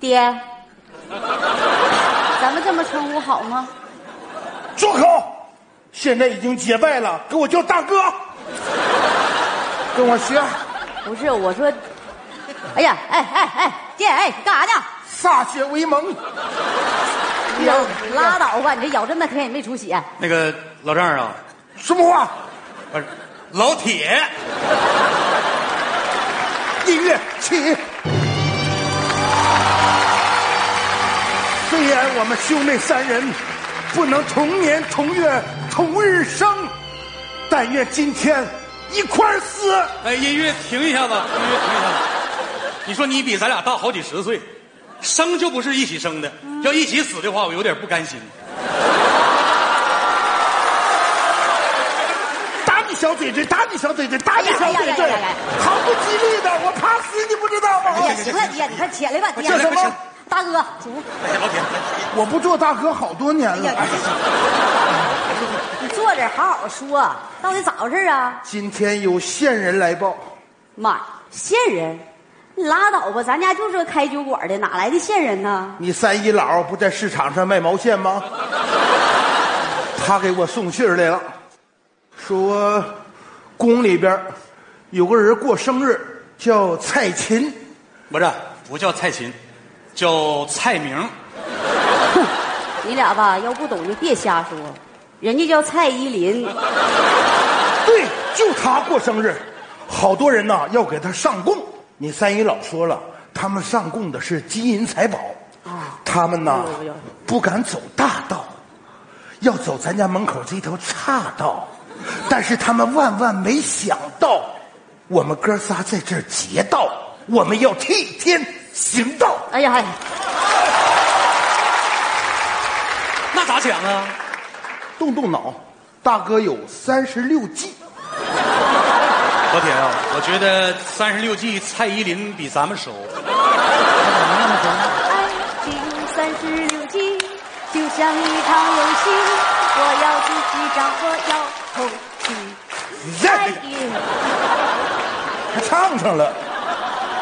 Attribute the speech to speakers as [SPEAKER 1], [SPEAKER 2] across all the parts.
[SPEAKER 1] 爹，咱们这么称呼好吗？
[SPEAKER 2] 住口！现在已经结拜了，给我叫大哥，跟我学
[SPEAKER 1] 不是，我说，哎呀，哎哎哎，爹，哎，干啥呢？
[SPEAKER 2] 歃血为盟。
[SPEAKER 1] 哎呀拉倒吧，你这咬这么天也没出血。
[SPEAKER 3] 那个老丈人啊，
[SPEAKER 2] 什么话？
[SPEAKER 3] 不是老铁，
[SPEAKER 2] 音乐起。虽然我们兄妹三人不能同年同月同日生，但愿今天一块儿死。
[SPEAKER 3] 哎，音乐停一下子，音乐停一下子。你说你比咱俩大好几十岁，生就不是一起生的，要一起死的话，我有点不甘心。
[SPEAKER 2] 打你小嘴嘴，打你小嘴嘴，打你小
[SPEAKER 1] 哎呀
[SPEAKER 2] 嘴嘴
[SPEAKER 1] 哎呀哎呀哎呀，
[SPEAKER 2] 好不吉利的，我怕死，你不知道吗？
[SPEAKER 1] 哎呀，行了，爹，你快起来吧，爹。
[SPEAKER 3] 起来快起来
[SPEAKER 1] 大哥，起来，
[SPEAKER 3] 哎呀，老铁，
[SPEAKER 2] 我不做大哥好多年
[SPEAKER 1] 哎
[SPEAKER 2] 了
[SPEAKER 1] 呀。，你坐这好好说，到底咋回事啊？
[SPEAKER 2] 今天有线人来报，
[SPEAKER 1] 妈呀，线人，你拉倒吧，咱家就是个开酒馆的，哪来的线人呢？
[SPEAKER 2] 你三姨姥不在市场上卖毛线吗？他给我送信儿来了，说宫里边儿有个人过生日，叫蔡琴。
[SPEAKER 3] 不是不叫蔡琴，叫蔡明。
[SPEAKER 1] 你俩吧，要不懂就别瞎说。人家叫蔡依林，
[SPEAKER 2] 对，就他过生日，好多人呐要给他上供。你三姨姥说了，他们上供的是金银财宝，
[SPEAKER 1] 啊
[SPEAKER 2] 他们呐
[SPEAKER 1] 哎呦
[SPEAKER 2] 不敢走大道，要走咱家门口这条岔道。但是他们万万没想到，我们哥仨在这儿劫道，我们要替天行道。
[SPEAKER 1] 哎呀，哎呀
[SPEAKER 3] 那咋讲啊？
[SPEAKER 2] 动动脑，大哥有三十六计。
[SPEAKER 3] 老铁啊，我觉得三十六计蔡依林比咱们熟。
[SPEAKER 1] 爱情三十六计，就像一场游戏，我要自己掌握遥控器。
[SPEAKER 2] 你
[SPEAKER 1] 蔡
[SPEAKER 2] 这
[SPEAKER 1] 依
[SPEAKER 2] 还唱上了。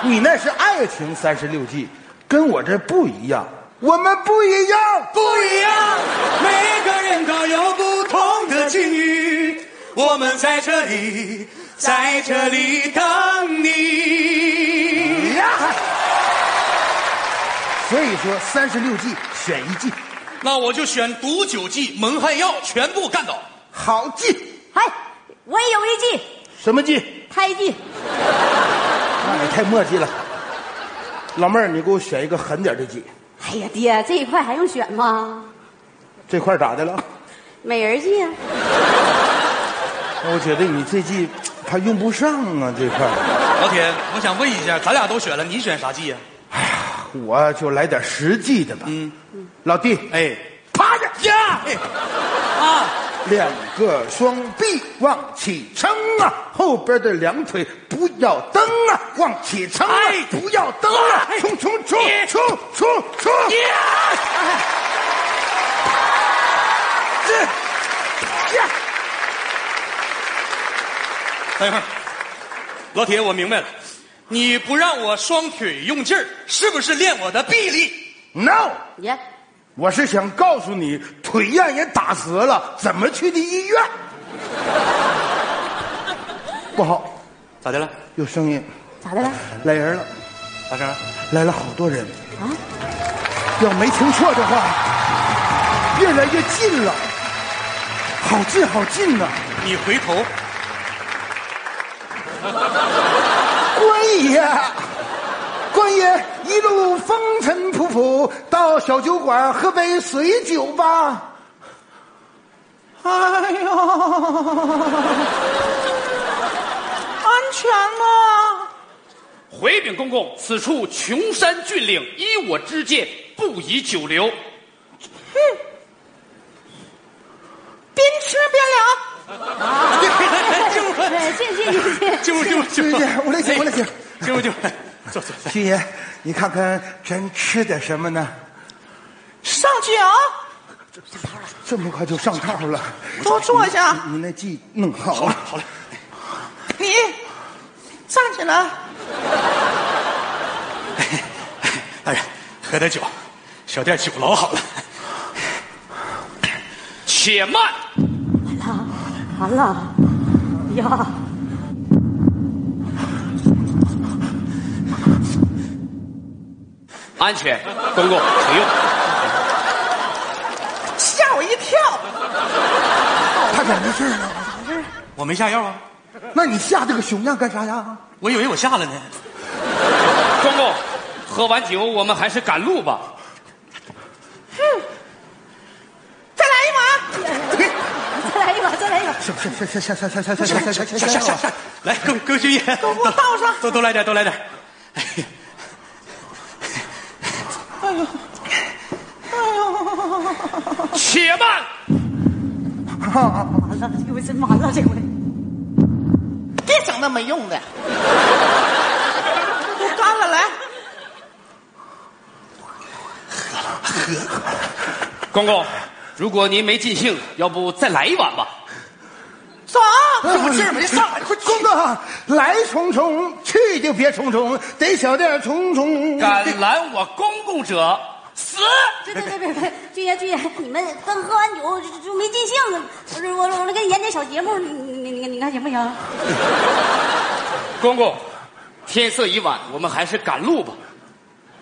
[SPEAKER 2] 你那是爱情三十六计，跟我这不一样。我们不一样，
[SPEAKER 3] 不一样，啊每个人都有不同的境遇。我们在这里，在这里等你。
[SPEAKER 2] 不一样。所以说，三十六计选一计，
[SPEAKER 3] 那我就选毒酒剂、蒙汗药，全部干倒。
[SPEAKER 2] 好计。
[SPEAKER 3] 哎
[SPEAKER 1] 嗨，我也有一计，
[SPEAKER 2] 什么计？
[SPEAKER 1] 胎记。
[SPEAKER 2] 那你太墨迹了。老妹儿，你给我选一个狠点儿的计。
[SPEAKER 1] 哎呀，爹，这一块还用选吗？
[SPEAKER 2] 这块儿咋的了？
[SPEAKER 1] 美人计啊，
[SPEAKER 2] 我觉得你这计他用不上啊，这块儿
[SPEAKER 3] 老铁，我想问一下，咱俩都选了，你选啥剂呀、
[SPEAKER 2] 我就来点实际的吧。老弟，
[SPEAKER 3] 嗯哎，
[SPEAKER 2] 趴下。
[SPEAKER 3] 呀，哎啊，
[SPEAKER 2] 两个双臂往起撑啊，后边的两腿不要蹬啊，往起撑啊，
[SPEAKER 3] 哎
[SPEAKER 2] 不要蹬啊，
[SPEAKER 3] 哎
[SPEAKER 2] 冲冲冲
[SPEAKER 3] 你
[SPEAKER 2] 冲冲冲！
[SPEAKER 3] 呀，
[SPEAKER 2] 这呀，
[SPEAKER 3] 等一会儿，老铁，我明白了，你不让我双腿用劲儿，是不是练我的臂力？
[SPEAKER 2] ，no，
[SPEAKER 1] 爷，
[SPEAKER 2] 我是想告诉你，腿让人打折了，怎么去的医 院？不好，
[SPEAKER 3] 咋的了？
[SPEAKER 2] 有声音，
[SPEAKER 1] 咋的了？
[SPEAKER 2] 来人了，
[SPEAKER 3] 大声，啊
[SPEAKER 2] 来了好多人啊！要没听错的话，越来越近了，好近好近呐、
[SPEAKER 3] 你回头，
[SPEAKER 2] 官爷，官爷，一路风尘仆仆，到小酒馆喝杯水酒吧。哎呀，安全吗？
[SPEAKER 4] 回禀公公，此处穷山峻岭，依我之戒，不宜久 留。
[SPEAKER 5] 边吃边聊。
[SPEAKER 3] 进屋，
[SPEAKER 1] 对，谢谢谢谢。
[SPEAKER 3] 进屋，进屋，
[SPEAKER 2] 进
[SPEAKER 3] 进屋
[SPEAKER 2] 进，我来请，我来请。
[SPEAKER 3] 进屋，进屋，坐坐。
[SPEAKER 2] 徐爷，你看看咱吃点什么呢？
[SPEAKER 5] 上去啊，
[SPEAKER 2] 这么快就上套了，
[SPEAKER 5] 都坐下。
[SPEAKER 2] 你那计弄好了。
[SPEAKER 3] 好嘞，
[SPEAKER 5] 你站起来，
[SPEAKER 3] 大人，哎喝点酒，小店酒楼好了。
[SPEAKER 1] 且慢，
[SPEAKER 4] 完了，呀，
[SPEAKER 1] 安全，公公请用。
[SPEAKER 5] 吓我一跳！
[SPEAKER 2] 他咋没事儿啊？
[SPEAKER 3] 我没下药啊，
[SPEAKER 2] 那你吓这个熊样干啥呀？
[SPEAKER 3] 我以为我下了呢。
[SPEAKER 1] 公公，喝完酒我们还是赶路吧。
[SPEAKER 5] 再来一碗，
[SPEAKER 4] 再来一碗，再来一碗。
[SPEAKER 2] 行行行行行行行行行行行
[SPEAKER 3] 下下下下，来，各位各位军爷，
[SPEAKER 5] 都给我倒上。
[SPEAKER 3] 都都来点，都来点。哎呀，
[SPEAKER 5] 哎呦，哎呦，
[SPEAKER 1] 且慢，
[SPEAKER 4] 完了，这回真完了，这回
[SPEAKER 5] 别整那没用的。都干了，来，
[SPEAKER 1] 公公，如果您没尽兴，要不再来一碗吧？
[SPEAKER 5] 走。
[SPEAKER 2] 有
[SPEAKER 5] 劲儿没上
[SPEAKER 2] 快公子，来匆匆，去就别匆匆，得小店匆匆。
[SPEAKER 1] 敢拦我公公者，死！
[SPEAKER 4] 对对对对对，军爷军爷，你们刚喝完酒就就没尽兴，我这我我给你演点小节目，你你你你看行不行？
[SPEAKER 1] 公公，天色已晚，我们还是赶路吧。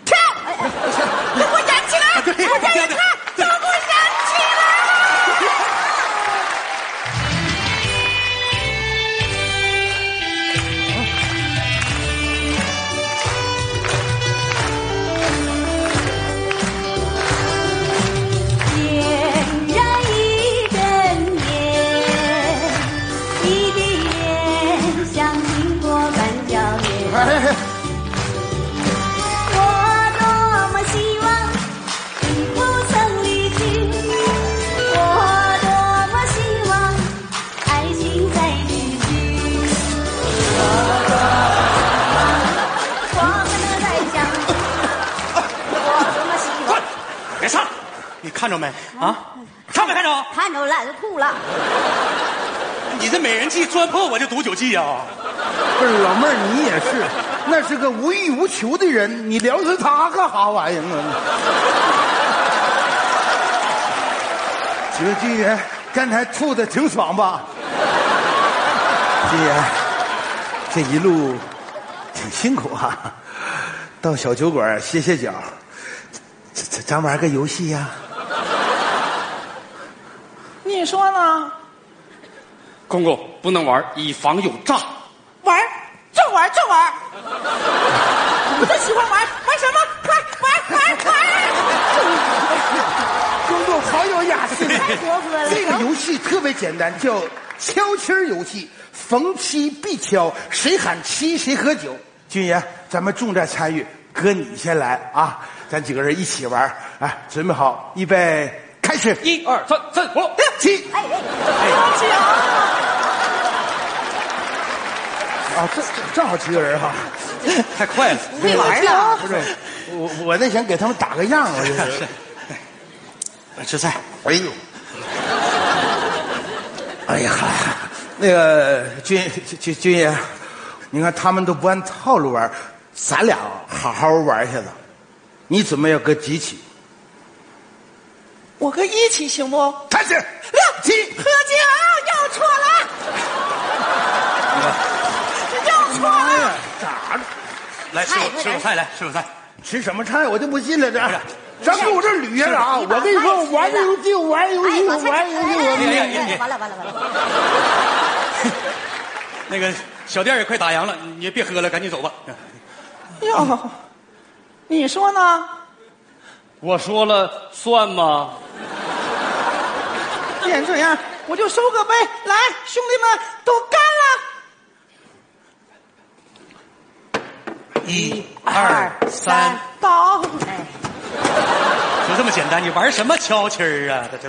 [SPEAKER 5] 跳，给我燃起来！我这一看，都给我燃起来！
[SPEAKER 4] 点燃一根烟，一滴烟像苹果般娇艳。
[SPEAKER 2] 哎，
[SPEAKER 4] 我多么希望你不曾离去，我多么希望爱情再继续，我多么希望我们能再相遇，我多么希望
[SPEAKER 3] 滚，别唱了，你看着没啊？看没看着？
[SPEAKER 4] 看着我俩就吐了。
[SPEAKER 3] 你这美人计钻破我这毒酒计啊！
[SPEAKER 2] 不是老妹儿，你也是，那是个无欲无求的人，你聊着他干啥玩意儿啊？几位军爷，刚才吐的挺爽吧？军爷，这一路挺辛苦啊，到小酒馆歇歇脚，咱咱咱玩个游戏呀、
[SPEAKER 5] 你说呢？
[SPEAKER 1] 公公不能玩，以防有诈。
[SPEAKER 5] 玩儿就玩儿就玩儿，我就喜欢玩儿玩什么？快玩玩玩！
[SPEAKER 2] 公公好有雅兴啊！
[SPEAKER 4] 活泼了
[SPEAKER 2] 这个游戏特别简单，叫敲七儿游戏，逢七必敲，谁喊七谁喝酒。军爷，咱们重在参与，哥你先来啊，咱几个人一起玩。哎，准备好，预备，开始！
[SPEAKER 1] 一二三，三五。
[SPEAKER 2] 七
[SPEAKER 4] 哎哎，
[SPEAKER 5] 恭喜啊！
[SPEAKER 1] 哎
[SPEAKER 2] 啊，正正好七个人哈、
[SPEAKER 3] 太快了，
[SPEAKER 1] 啊
[SPEAKER 5] 不会玩了，
[SPEAKER 2] 不是，我我那想给他们打个样，我就是。
[SPEAKER 3] 来吃菜。
[SPEAKER 2] 哎呦， 哎呀，那个军军军军爷，你看他们都不按套路玩，咱俩好好玩一下子。你准备要搁几起？
[SPEAKER 5] 我跟一起行不？喝
[SPEAKER 2] 开始，起，
[SPEAKER 5] 酒又啊错了，又错了。
[SPEAKER 2] 哎咋的？
[SPEAKER 3] 来吃口吃口菜，来吃口菜。
[SPEAKER 2] 吃什么菜？我就不信了，这
[SPEAKER 3] 是
[SPEAKER 2] 咱给我这捋呀啊！我跟你说，我玩游戏，玩游
[SPEAKER 4] 哎，
[SPEAKER 2] 戏，
[SPEAKER 4] 往下
[SPEAKER 2] 玩游戏，我
[SPEAKER 4] 哎
[SPEAKER 2] 跟你
[SPEAKER 4] 哎哎哎完了完了完了，
[SPEAKER 3] 那个小店也快打烊了，你也别喝了，赶紧走吧。
[SPEAKER 5] 哟，你说呢？
[SPEAKER 1] 我说了算吗？
[SPEAKER 5] 既然这样，我就收个杯。来，兄弟们，都干了！
[SPEAKER 3] 一
[SPEAKER 5] 倒。
[SPEAKER 4] 哎。
[SPEAKER 3] 就这么简单，你玩什么敲气儿啊？这这。